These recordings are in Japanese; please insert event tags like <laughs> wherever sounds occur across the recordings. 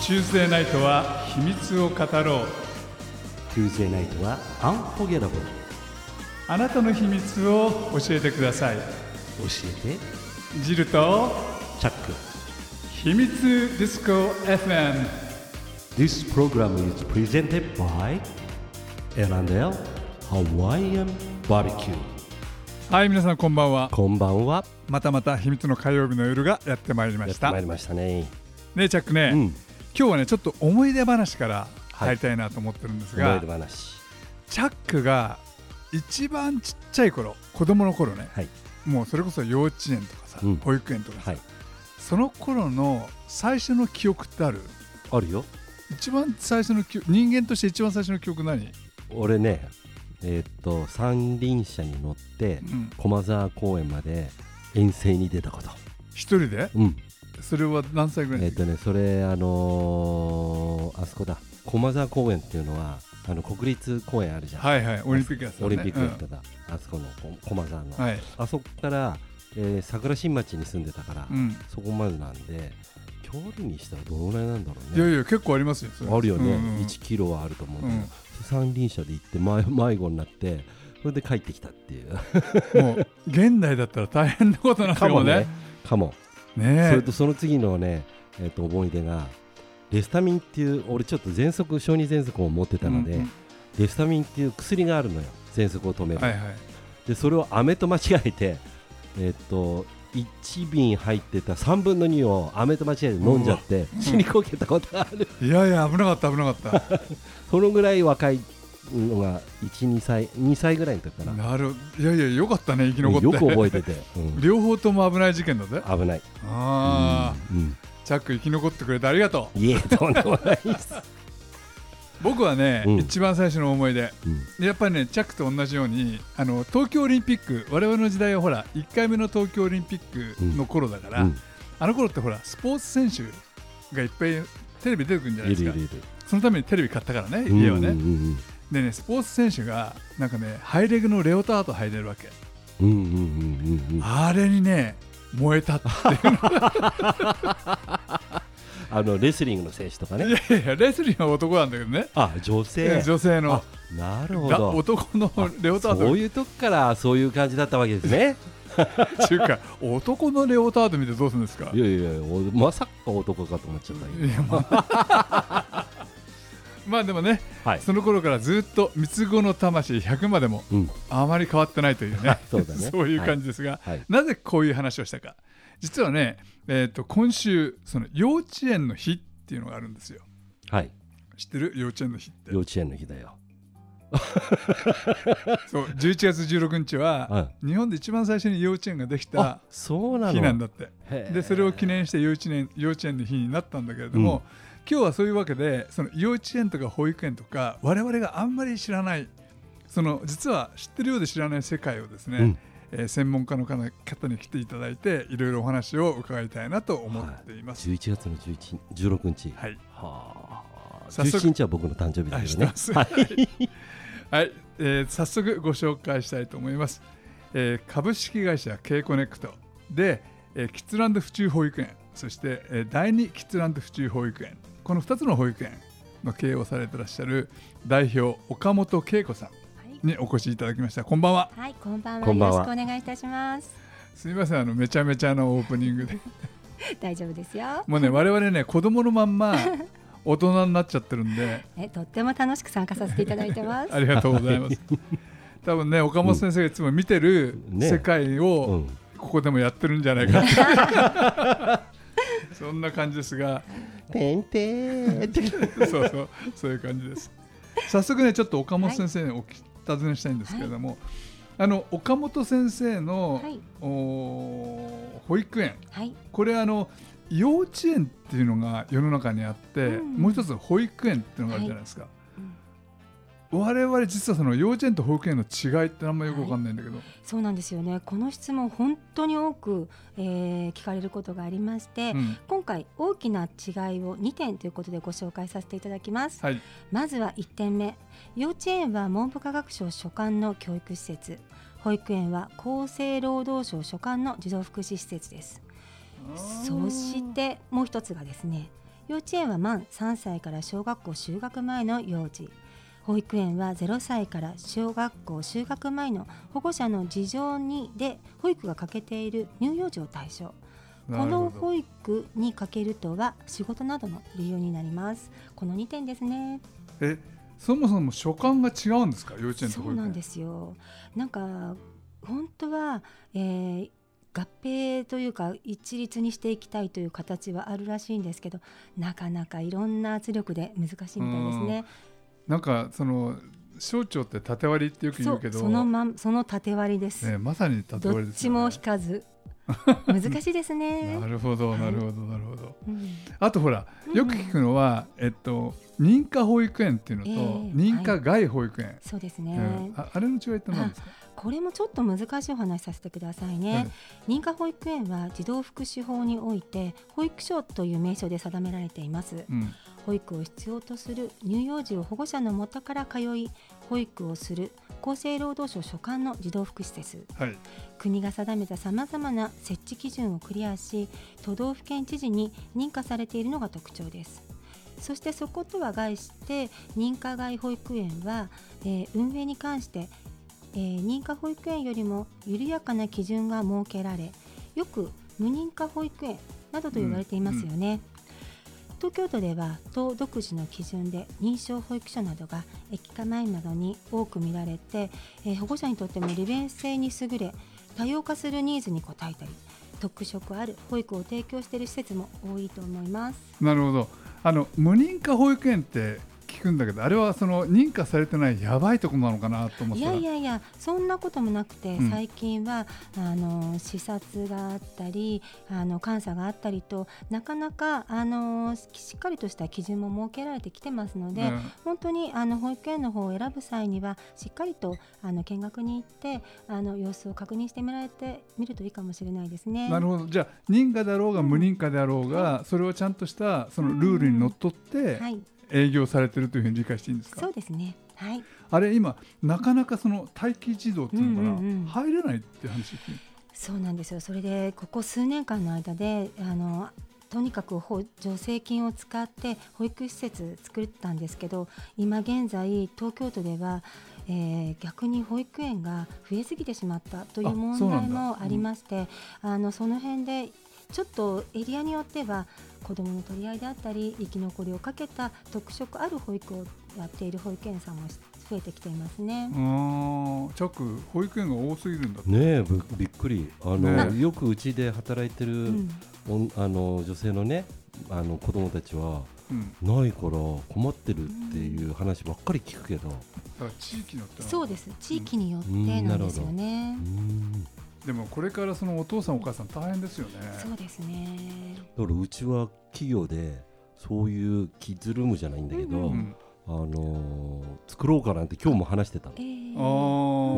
チューズデーナイトは秘密を語ろう Tuesday night は Unforgettable 教あなたの秘密を教えてくださいえてジルとチャック秘密ディスコ FM This program is presented by L&L Hawaiian Barbecue はい皆さんこんばんはこんばんはまたまた秘密の火曜日の夜がやってまいりまやっしてたまいりましたねねえチャックね、うん今日はねちょっと思い出話から入りたいなと思ってるんです思が、い出話チャックが一番ちっちゃい頃子供の頃ねはいもうそれこそ幼稚園とかさ、うん保育園とかさ、はいその頃の最初の記憶ってあるあるよ一番最初の記憶人間として一番最初の記憶何、俺ねえーっと三輪車に乗ってうん、駒沢公園まで遠征に出たこと一人でうんそれは何歳ぐらいのえっ時とね、それ、あのーあそこだ、駒沢公園っていうのは、あの国立公園あるじゃん、はいはいオリンピックやってた、ね、オリンピックやってた、あそこのこ駒沢の、うんはい、あそこから、えー桜新町に住んでたから、うん、そこまでなんで、距離にしたらどのぐらいなんだろういやね、いや結構ありますよそれあるよね、うんうん1キロはあると思うんだけど、うん三輪車で行って迷、迷子になって、それで帰ってきたって <laughs> いう、もう現代だったら大変なことなんだかよもね <laughs> ね、かも。ねそれとその次のね、えっと思い出がレスタミンっていう俺ちょっと喘息小児喘息を持ってたので、うんうんレスタミンっていう薬があるのよ喘息を止める、はいはいでそれを飴と間違えてえっと1瓶入ってた3分の2を飴と間違えて飲んじゃってん死にこけたことある、いやいや危なかった危なかっそのぐらい若いのが12歳2歳ぐらいの時かたななるいやいやよかったね生き残よってく覚えてて、 <laughs> うん両方とも危ない事件だぜ危ないああ、うんうんチャック生き残ってくれてありがとういえとんでもない <laughs> です、僕はね、うん一番最初の思い出うんやっぱりねチャックと同じようにあの東京オリンピック我々の時代はほら1回目の東京オリンピックの頃だから、うんあの頃ってほらスポーツ選手がいっぱいテレビ出てくるんじゃないいでるすいかるいるそのためにテレビ買ったからね家はね、うんうんうんでねスポーツ選手がなんかねハイレグのレオタード履いてるわけ、うんうんうんうんうんあれにね燃えたってあのレスリングの選手とかいね。やいやレスリングは男なんだけどね、あ、女性。女性のなるほがど。男のレオタードそういうとこからそういう感じだったわけですね。っていうか男のレオタード見てどうするんですかいやいやいや、おまさか男かと思っちゃったけど。いやまあまあでもねはい。その頃からずっと三つ子の魂100までもうん。あまり変わってないというね <laughs> そうだね <laughs> そういう感じですが、はい。なぜこういう話をしたか実はね、えー、と今週その幼稚園の日っていうのがあるんですよはい。知ってる幼稚園の日って幼稚園の日だよ。そう11月16日はうん。日本で一番最初に幼稚園ができあた、そうな日なんだの。ってへえでそれを記念して幼稚園幼稚園の日になったんだけれども、今日はそういうわけでその幼稚園とか保育園とか我々があんまり知らないその実は知ってるようで知らない世界をですね、うんえー専門家の方方に来ていただいていろいろお話を伺いたいなと思っています。 11月の11 16日。はい、はあ。早速17日は僕の誕生日だあけ知っどてねま。すははい、えー早速ご紹介したいと思います。えー株式会社 K コネクトで、えーキッズランド府中保育園、そして、えー第二キッズランド府中保育園、この2つの保育園の経営をされてらっしゃる代表岡本恵子さはいんにお越しいただきました。こんばんは。はい、こんばんは。こよんばんろはしくお願いいたします。すみません、あのめちゃめちゃなオープニングで、大丈夫ですよ。もうね我々ね子供のまんま大人になっちゃってるんで。え、とっても楽しく参加させていただいてます。ありがとうござい <laughs> ます。多分ね岡本先生がいつも見てるうんね世界うをん。ここでもやって <laughs> るんじゃないか、そんな感じですがてんてーって。そうそうそういう感じです早速ねちょっと岡本先生にお尋ねしたいんですけれども、あの岡本先生の、はいお保育園はい、これあの幼稚園っていうのが世の中にあって、うんもう一つ保育園っていうのがあるじゃないですか、我々実はその幼稚園と保育園の違いってあんまよくわかんないんだけど、そうなんですよね。この質問本当に多く、えー聞かれることがありまして、うん今回大きな違いを2点ということでご紹介させていただきます。はいまずは1点目幼稚園は文部科学省所管の教育施設保育園は厚生労働省所管の児童福祉施設ですそしてもう一つがですね幼稚園は満3歳から小学校就学前の幼児保育園は0歳から小学校就学前の保護者の事情にで保育が欠けている乳幼児を対象こなるほのど保育にかけるとは仕事などの理由になりますこの2点ですねえそもそも所感が違うんですか幼稚園とそ保育う園なんですよなんか本当は、えー合併というか一律にしていきたいという形はあるらしいんですけどなかなかいろんな圧力で難しいみたいですねなんかその省庁って縦割りってよく言そううけどそのまんその縦割りです、ね、まさに縦ど割りっですちよねも引か <laughs> ず難しいですねなるほどはいなるほどなるほどうんあとほらうんよく聞くのは、えっと、認可保育園っていうのと、ええ認可外保育園、そうですうね、んああれの違いって何ですかこれもちょっと難しいお話させてくださいね、はい認可保育園は児童福祉法において保育所という名称で定められていますうん保育を必要とする乳幼児を保護者の元から通い保育をする厚生労働省所管の児童福祉施設はい国が定めたさまざまな設置基準をクリアし都道府県知事に認可されているのが特徴ですそしてそことは外して認可外保育園は、えー運営に関して、えー認可保育園よりも緩やかな基準が設けられよく無認可保育園などと言われていますよね、東京都では都独自の基準で認証保育所などが駅構内などに多く見られて、えー保護者にとっても利便性に優れ多様化するニーズに応えたり特色ある保育を提供している施設も多いと思います。なるほどあの無認可保育園って聞くんだけどあれはその認可されてないやばいとこなのかなと思っいてたやらいやいやそんなこともなくて、うん最近はあの視察があったりあの監査があったりとなかなかあのしっかりとした基準も設けられてきてますので、うん本当にあの保育園の方を選ぶ際にはしっかりとあの見学に行ってあの様子を確認してみられてみるといいかもしれないですね。なるほどじゃあ認可だろうがうん無認可であろうが、それをちゃんとしたそのルールにのっとってはい、営業されてるというふうに理解していいんですか、そうですね。はい。あれ今なかなかその待機児童っていうのかな、うんうんうん入れないって話聞いてそうなんですよそれでここ数年間の間であのとにかくほ助成金を使って保育施設作ったんですけど今現在東京都では、えー逆に保育園が増えすぎてしまったというあ問そうな題んだもありましてそ,、あのその辺でちょっとエリアによっては子どもの取り合いであったり生き残りをかけた特色ある保育をやっている保育園さんも増えてきていますね。うーんチャック保育園が多すぎるんだって <laughs> ねえぶびっくりあの、ねよくうちで働いてる、うんおんあの女性のねあの子供たちはうん、ないから困ってるっていう話ばっかり聞くけど、だから地域によってはそうです地域によってなんですよね。うんでもこれからそのお父さんお母さん大変ですよねそうですね。だからうちは企業でそういうキッズルームじゃないんだけど、うんん、あのー作ろうかなんて今日も話してたのえ、ーあ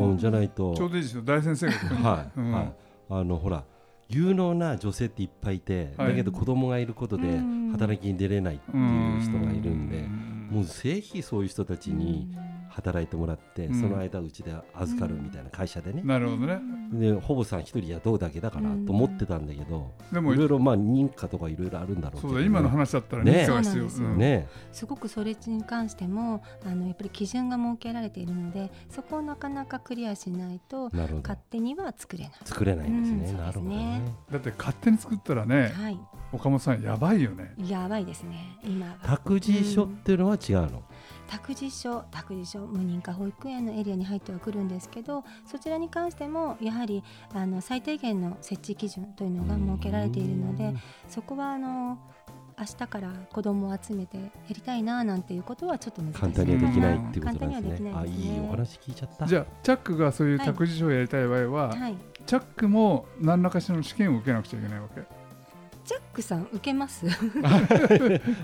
うん、ーじゃないとちょうどいいですよ大先 <laughs> 生がここにはい、うんはい、あのほら有能な女性っていっぱいいて、はいだけど子供がいることでうん働きに出れないっていう人がいるんで、もううぜひそういう人たちに働いてもらって、うんその間うちで預かるみたいな会社でね、なるほどねでほぼさん一人雇うだけだからと思ってたんだけど、でもいろいろまあ認可とかいろいろあるんだろうけそどうだ今の話だったら認ね可が必要、そうなんですようんねすごくそれに関してもあのやっぱり基準が設けられているのでそこをなかなかクリアしないとなるほど勝手には作れない。作れないんですね、うんそうですねなるほどねだって勝手に作ったらねはい、岡本さんやばいよねやばいですね。今は託児所っていうのは違うの、託児所、託児所、無認可保育園のエリアに入ってはくるんですけど、そちらに関してもやはりあの最低限の設置基準というのが設けられているので、そこはあの明日から子供を集めてやりたいななんていうことはちょっと難しい簡単にはできないっていうことなんうん簡単ですにねはあできないですいねいお話聞いちゃったじゃあチャックがそういうはい託児所をやりたい場合は、はい、チャックも何らかしらの試験を受けなくちゃいけないわけジャックさん受けます。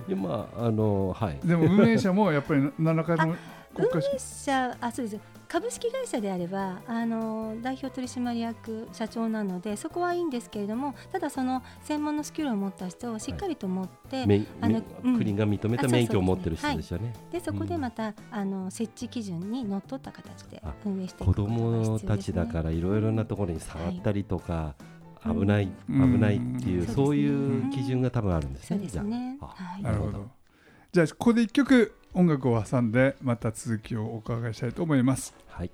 でまああのはいでも運営者もやっぱり何らか <laughs> の国家試験弊社あそうです株式会社であればあの代表取締役社長なのでそこはいいんですけれどもただその専門のスキルを持った人をしっかりと持って、めんあのうん国が認めた免許を持ってる人あそうそでしたうね、でそこでまた、あの設置基準にのっとった形であ運営してい子くことが必要です、ね、供たちだからいろいろなところに触ったりとか、危ない、うん危ないっていうう、んそういう基準が多分あるんですそうね。ですね。じゃあはあいな。るほどじゃあここで一曲音楽を挟んでまた続きをお伺いしたいと思いますはい、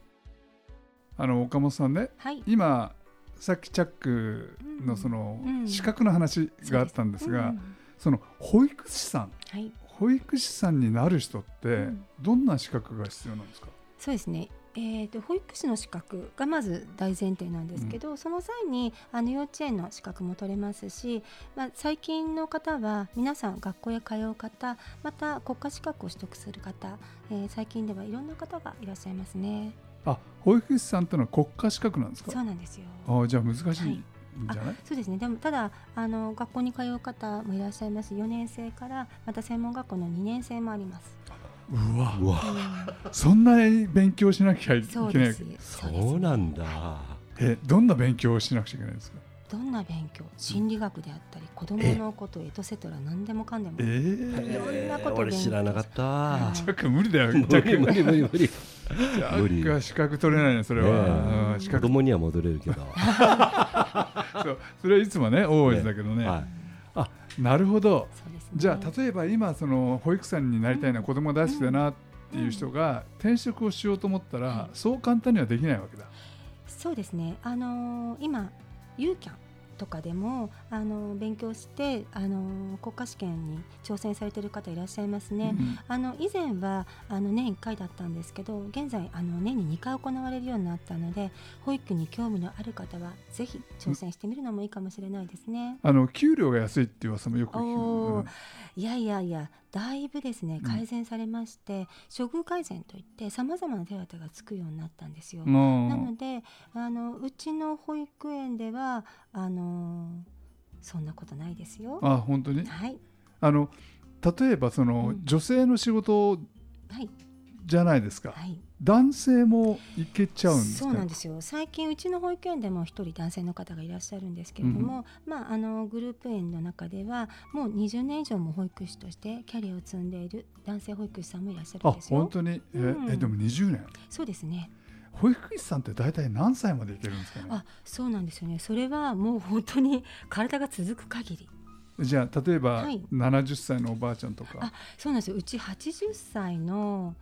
あの岡本さんねはい。今さっきチャックのそのうん資格の話があったんですうがんその保育士さんはい。保育士さんになる人ってんどんな資格が必要なんですかそうですね。えー、と保育士の資格がまず大前提なんですけど、その際にあの幼稚園の資格も取れますし、まあ、最近の方は皆さん学校へ通う方また国家資格を取得する方、えー最近ではいろんな方がいらっしゃいますね。あ保育士さんってのは国家資格なんですそかうなんですよあじゃあ難しいんじゃない、そうですねでもただあの学校に通う方もいらっしゃいます4年生からまた専門学校の2年生もあります。うわうわそんなに勉強しなきゃいけそうなでいす。そうなんだ。えどんな勉強をしなくちゃいけないんですかどんな勉強心理学であったり子供のことエトセトラ何でもかんでもえいろー、んなこと勉強俺知らなかったは。チャック <laughs> 無理だよチャ無ッ理無ク理無理無理。チャ無理ックは資格取れないねそれは、ねえうん資子格供には戻れるけ <laughs> ど。そうそれはいつもね大ーだけどねはあなるほどそうですねじゃあ例えば今その保育士さんになりたいな子供が大好きだなっていう人が転職をしようと思ったらそう簡単にはできないわけだ。そうですねあのー今ユーキャンとかでもあのー勉強してあのー国家試験に挑戦されている方いらっしゃいますね、うんあの以前はあの年1回だったんですけど現在あの年に2回行われるようになったので保育に興味のある方はぜひ挑戦してみるのもいいかもしれないですね。あの給料が安いっていう噂もよく聞おーいやいやいやだいぶですねうん改善されまして、処遇改善といってさまざまな手当がつくようになったんですよ。く。もなのであのうちの保育園ではあのそんなことないですよ。あ本当にはい、あの例えばその、うん女性の仕事はい、じゃないですかはい男性もいけちゃうんですかそうなんですよ最近うちの保育園でも一人男性の方がいらっしゃるんですけれども、まあ、あのグループ園の中ではもう20年以上も保育士としてキャリアを積んでいる男性保育士さんもいらっしゃるあんですよ本。当に、えうんえでも20年そうですね保育士さんって大体何歳までいけるんですかねあそうなんですよねそれはもう本当に <laughs> 体が続く限りじゃあ例えば、はい70歳のおばあちゃんとかあそうなんですようち80歳の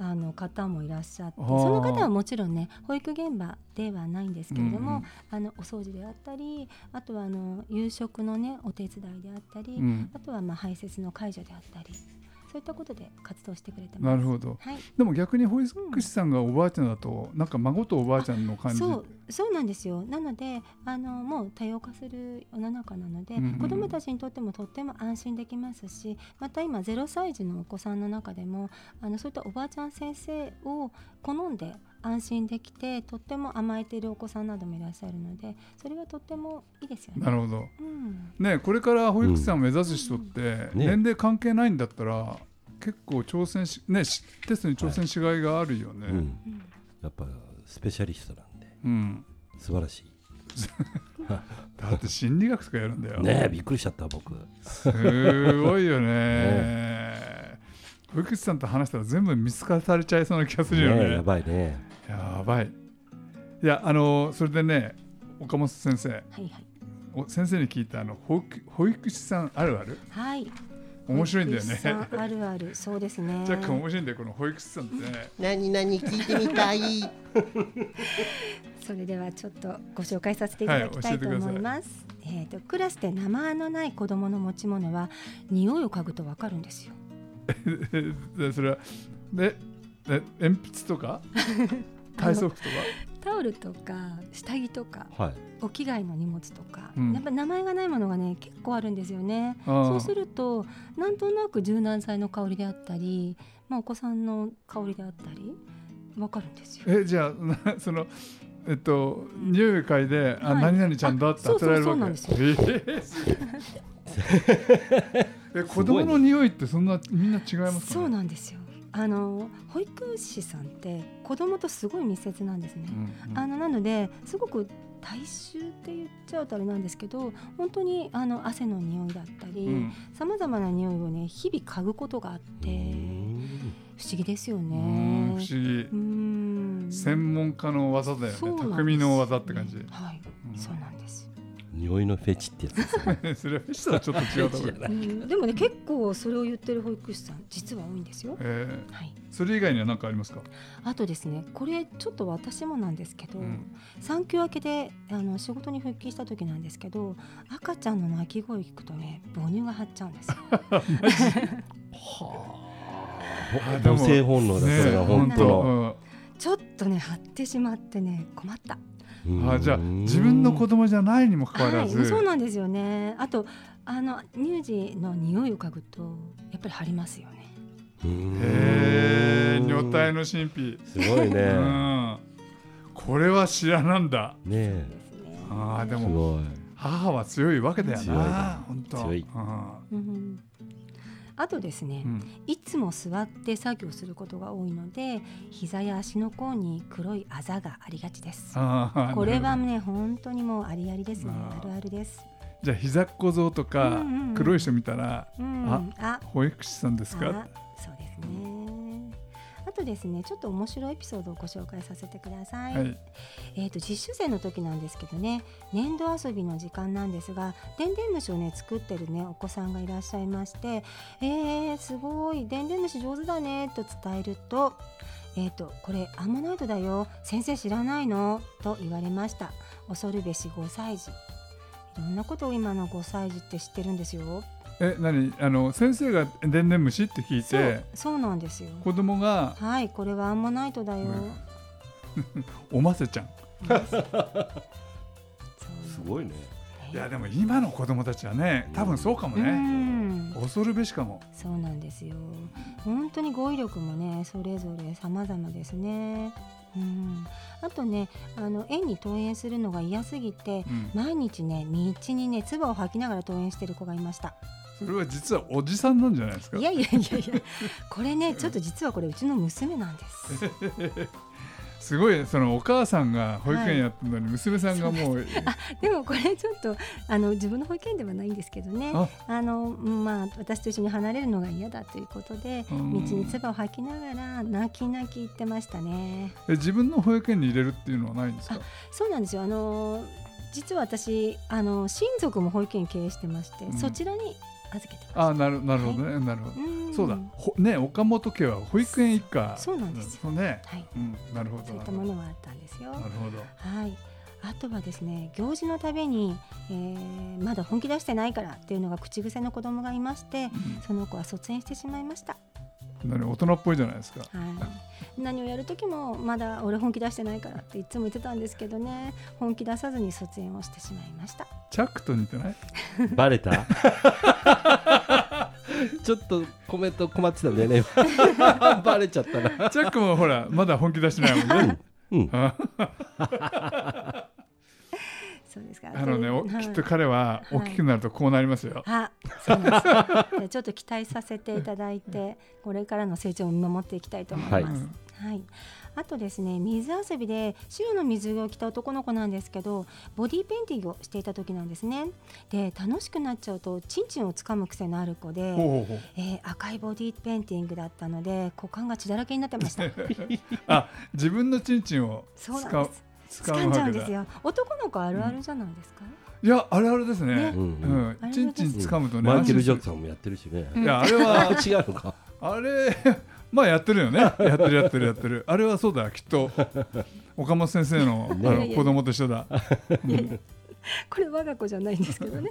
あの方もいらっしゃってあーその方はもちろんね保育現場ではないんですけれども、うんあのお掃除であったりあとはあの夕食のねお手伝いであったり、うんあとはまあ排泄の解除であったりそういったことで活動してくれてなまるす。ほどはいでも逆に保育士さんがおばあちゃんだと、なんか孫とおばあちゃんの感じそうそうなんですよなのであのもう多様化する世の中なので、うんうん子どもたちにとってもとっても安心できますしまた今0歳児のお子さんの中でもあのそういったおばあちゃん先生を好んで安心できてとっても甘えているお子さんなどもいらっしゃるのでそれはとってもいいですよね。なるほどうん、ねこれから保育士さんを目指す人って、ね年齢関係ないんだったら結構挑戦しねしテストに挑戦しがいがあるよね、い。うん。うんやっぱスペシャリストなんでうん素晴らしい。だって心理学とかやるんだよねえびっくりしちゃった僕。すごいよね。保育士さんと話したら全部見つかされちゃいそうな気がするよねえね。やばいね。やばい。いや、あの、それでね、岡本先生、はいはいお先生に聞いたあの保育保育士さんあるあるはい面白いんだよね保育士。さんあるあるそうで <laughs> すねジャック面白いんだよ、この保育士さんってね。何々聞いてみたい。それではちょっとご紹介させていただきたいと思います。えっ、とクラスで名前のない子供の持ち物は匂いを嗅ぐとわかるんですよ。でそれは、で、で鉛筆と <laughs> か体操服とか。タオルとか下着とかはい。お着替えの荷物とか、うんやっぱ名前がないものがね結構あるんですよね。あーそうするとなんとなく柔軟剤の香りであったり、まあお子さんの香りであったりわかるんですよ。え、じゃあな、 <laughs> その、えっと、匂い嗅いで、あ、はい何々ちゃんだってあ当てられるわけ。そうそうえーすごい <laughs> え子供の匂いってそんなみんな違いますか、ね、そうなんですよ。あの保育士さんって子供とすごい密接なんですね。うんうんあのなのですごく大衆って言っちゃうとあれなんですけど本当にあの汗の匂いだったうりんさまざまな匂いをね日々嗅ぐことがあってうん不思議ですようん不思ね。議うん専門家の技だよねそうなんです匠の技って感じ、はい、うんそうなんです。ね匂いのフェチってやつですね <laughs> それはちょっと違うと思うフェチじゃなういんでもね結構それを言ってる保育士さん実は多いんですよ。えーはい、それ以外には何かありますか、あとですねこれちょっと私もなんですけど、うん産休明けであの仕事に復帰した時なんですけど赤ちゃんの泣き声聞くとね母乳が張っちゃうんですよ。あでも母性本能だねえそれは本当の、うん <laughs> ちょっとね張ってしまってね困った。うんあじゃあ自分の子供じゃないにもかかわらず、はい、そうなんですよね。あとあの乳児の匂いを嗅ぐとやっぱり張りますよね。うんへえ女体の神秘、すごいねうねん、これは知らなんだえですね。あーですもごい母は強いわけだよ強いなな本当強いうんあとですね、うんうんいつも座って作業することが多いので膝や足の甲に黒いあざがありがちですあーこれはなるね本当にもうありありですねあーあるあるですほどじゃあ膝小僧とかうんうんうん黒い人見たらうんあああ保育士さんですかそうですねあとですねちょっと面白いエピソードをご紹介させてください、はいえー、と実習生の時なんですけどね粘土遊びの時間なんですがでんでん虫をね作ってるねお子さんがいらっしゃいまして「えー、すごいでんでん虫上手だね」と伝えると「えー、とこれアンモナイトだよ先生知らないの?」と言われました恐るべし5歳児いろんなことを今の5歳児って知ってるんですよえ何あの先生がでんでん虫って聞いそうてそうなんですよ子供がはいこれはアンモナイトだよ、うんおませちゃんすいごい <laughs> ねいやでも今の子供たちはね多分そうかもうねん恐るべしかもそうなんですよ。本当に語彙力もね、それぞれ様々ですね。うん、あとね、あの園に登園するのが嫌すぎて。うん毎日ね、道にね、唾を吐きながら登園してる子がいました。それは実はおじさんなんじゃないですかいやいやいやいや、これね、ちょっと実はこれうちの娘なんです。 <laughs> すごいそのお母さんが保育園やってるのに娘さんが <laughs> もうでもこれちょっと、あの自分の保育園ではないんですけどね。ああの、まあ、私と一緒に離れるのが嫌だということで、う道んに唾を吐きながら、泣き泣き言ってましたね。え自分の保育園に入れるっていうのはないんですかそうなんですよ。あのー実は私あのー親族も保育園経営してまして、うんそちらに預けてまあなるなるほどね、なるほどす。んそうだ、ほね、岡本家は保育園一家。そうそうなんですよそうね、はい、うん、なるほど。そういったものはあったんですよ。なはるほど。い。あとはですね行事のたびに、えーまだ本気出してないからっていうのが口癖の子供がいましてその子は卒園してしまいました、なに、大人っぽいじゃないですか。はい、何をやる時もまだ俺本気出してないからっていつも言ってたんですけどね本気出さずに卒園をしてしまいましたチャックと似てない。バレた <laughs> ちょっとコメント困ってたんだよね今 <laughs> バレちゃったなチャックもほら、まだ本気出してないもんね。うんあそうですかあのね、おはいきっと彼は大きくなるとこうなりますよ。あ、そうなんです。でちょっと期待させていただいて、これからの成長を見守っていきたいと思います。ははい。あとですね、水遊びで白の水着を着た男の子なんですけど、ボディーペインティングをしていた時なんですね。で、楽しくなっちゃうとチンチンを掴む癖のある子ほうで、ほうほう。えー赤いボディーペインティングだったので、股間が血だらけになってました。あ、自分のチンチンを使そうなんです。 <laughs> 使掴んじゃうんですだ。よ。男の子あるあるじゃないですか。いや、あれあれですねね。ううんうんんあれあ、れチンチン掴むとね。マイケル・ジョ安クソンもやってるしね心するいや、あれはあ。違うのか <laughs> あれ、まあやってるよね。やってるやってるやってる。あれはそうだ、きっと。岡本先生のあねの子供と一緒だ。 <laughs> これ我が子じゃないんですけど <laughs> ね。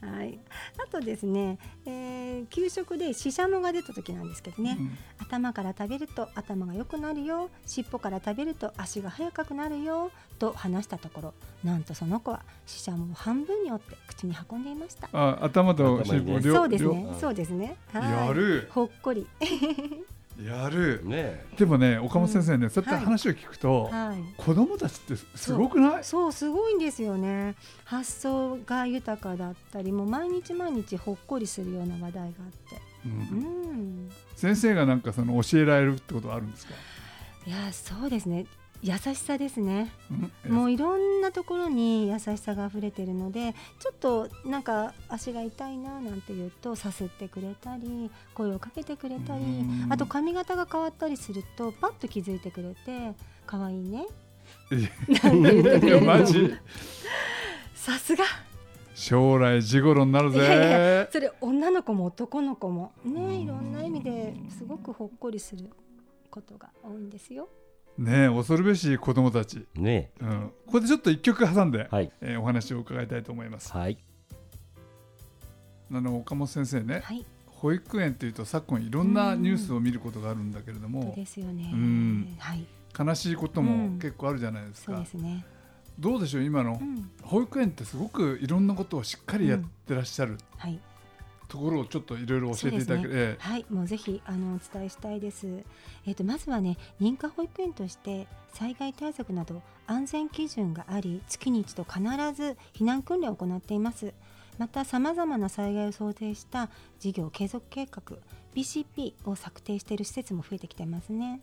はい、あとですね、えー給食でししゃもが出た時なんですけどね、うん頭から食べると頭が良くなるよ尻尾から食べると足が速くなるよと話したところなんとその子はししゃもを半分に折って口に運んでいましたあ頭と尻尾頭に両そうです両ねそうですねはいやるほっこりやる。ねでもね、岡本先生ね、そうやってはい話を聞くと、はい子供たちってすごくない？そうすごいんですよね発想が豊かだったりもう毎日毎日ほっこりするような話題があってううんん先生がなんかその教えられるってことはあるんですか？いやそうですね優しさですねうんもういろんなところに優しさが溢れてるのでちょっとなんか足が痛いななんて言うとさすってくれたり声をかけてくれたりうんあと髪型が変わったりするとパッと気づいてくれて可愛いねえ <laughs> なんて言ってくれいやるマジさすが将来地頃になるいやいやぜそれ女の子も男の子もねいろんな意味ですごくほっこりすることが多いんですよ。ねえ恐るべし子供たち、ねうん、ここでちょっと一曲挟んで、はいえーお話を伺いたいと思います、はいあの岡本先生ねはい、保育園というと昨今いろんなニュースを見ることがあるんだけれどそうもですよねうん。はい、悲しいことも結構あるじゃないですそか、うですね。どうでしょう今のうん、保育園ってすごくいろんなことをしっかりやってらっしゃるはい、ところをちょっといろいろ教えていただけそうですねる、ええはい、もうぜひあのお伝えしたいです。えっ、とまずはね、認可保育園として災害対策など安全基準があり、月に一度必ず避難訓練を行っています。またさまざまな災害を想定した事業継続計画 BCP を策定している施設も増えてきてますね。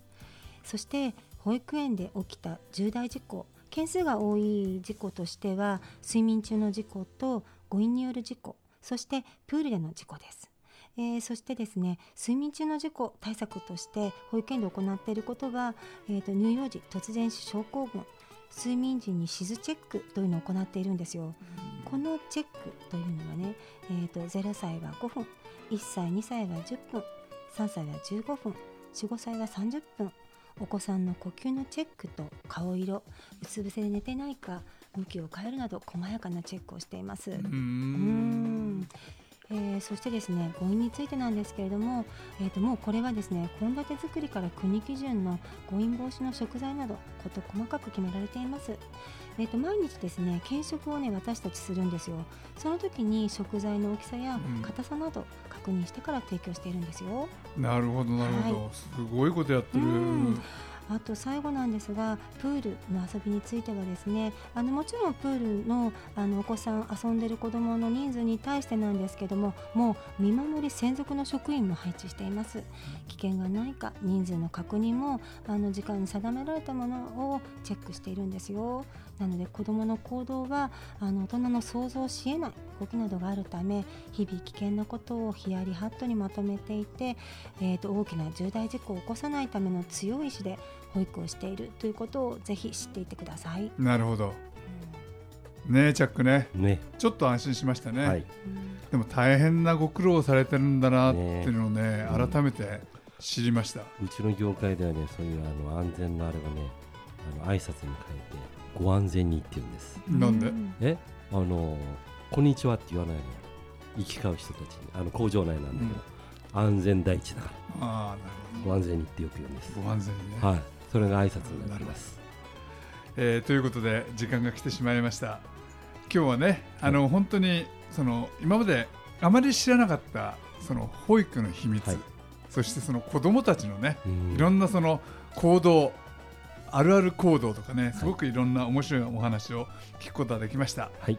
そして保育園で起きた重大事故件数が多い事故としては睡眠中の事故と誤飲による事故そしてプールでの事故です。えーそしてですね睡眠中の事故対策として保育園で行っていることは、えーと乳幼児突然死症候群睡眠時にシズチェックというのを行っているんですよ。このチェックというのはね、えー、と0歳は5分1歳2歳は10分3歳は15分45歳は30分お子さんの呼吸のチェックと顔色うつ伏せで寝てないか向きを変えるなど細やかなチェックをしています。うーうんんえーそしてですね誤飲についてなんですけれども、えー、ともうこれはですね献立作りから国基準の誤飲防止の食材などこと細かく決められています、えー、と毎日ですね軽食をね私たちするんですよその時に食材の大きさやうん硬さなど確認してから提供しているんですよ、なるほどなるほど、はすごいことやってる、うんあと最後なんですがプールの遊びについてはですねあのもちろんプールのあのお子さん遊んでる子どもの人数に対してなんですけどももう見守り専属の職員も配置しています危険がないか人数の確認もあの時間に定められたものをチェックしているんですよなので子どもの行動はあの大人の想像しえない動きなどがあるため日々危険なことをヒヤリハットにまとめていて、えー、と大きな重大事故を起こさないための強い意志で保育をしているということをぜひ知っていてください。なるほどねえチャックねねちょっと安心しましたね、はいうんでも大変なご苦労をされてるんだなっていうのをねうん改めて知りました、うちの業界ではねそういうあの安全のあれがねあの挨拶に変えてご安全にって言うんですなんでうえあのこんにちはって言わないのよ行き交う人たちにあの工場内なんだけど、安全第一だからああなるご安全にってよく言うんですほどご安全にね、はいそれが挨拶になりますえーということで時間が来てしまいました今日はねあの本当にその今まであまり知らなかったその保育の秘密、はいそしてその子どもたちのねいいろなんなその行動あるある行動とかねすごくいろんな面白いお話を聞くことができました、はい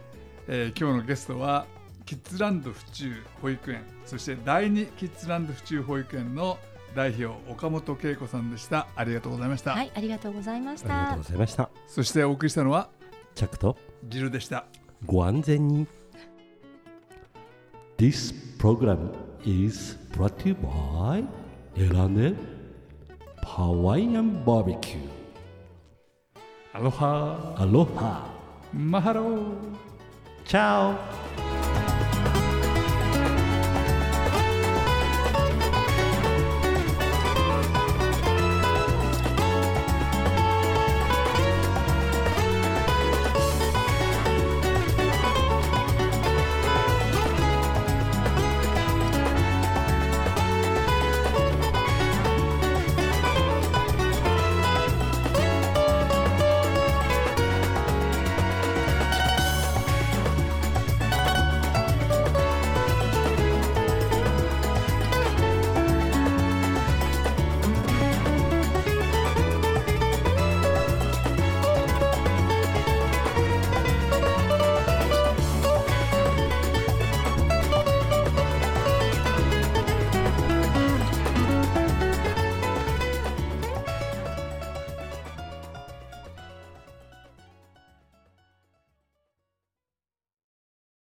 えー今日のゲストはキッズランド府中保育園そして第二キッズランド府中保育園の代表岡本恵子さんでしたありがとうございました、はい、ありがとうございましありがとたうご。ざいましたそしてお送りしたのは着とジルでしたご安全に This program is brought to you by エラネハワイアンバーベキューアロハアロハマハローチャオ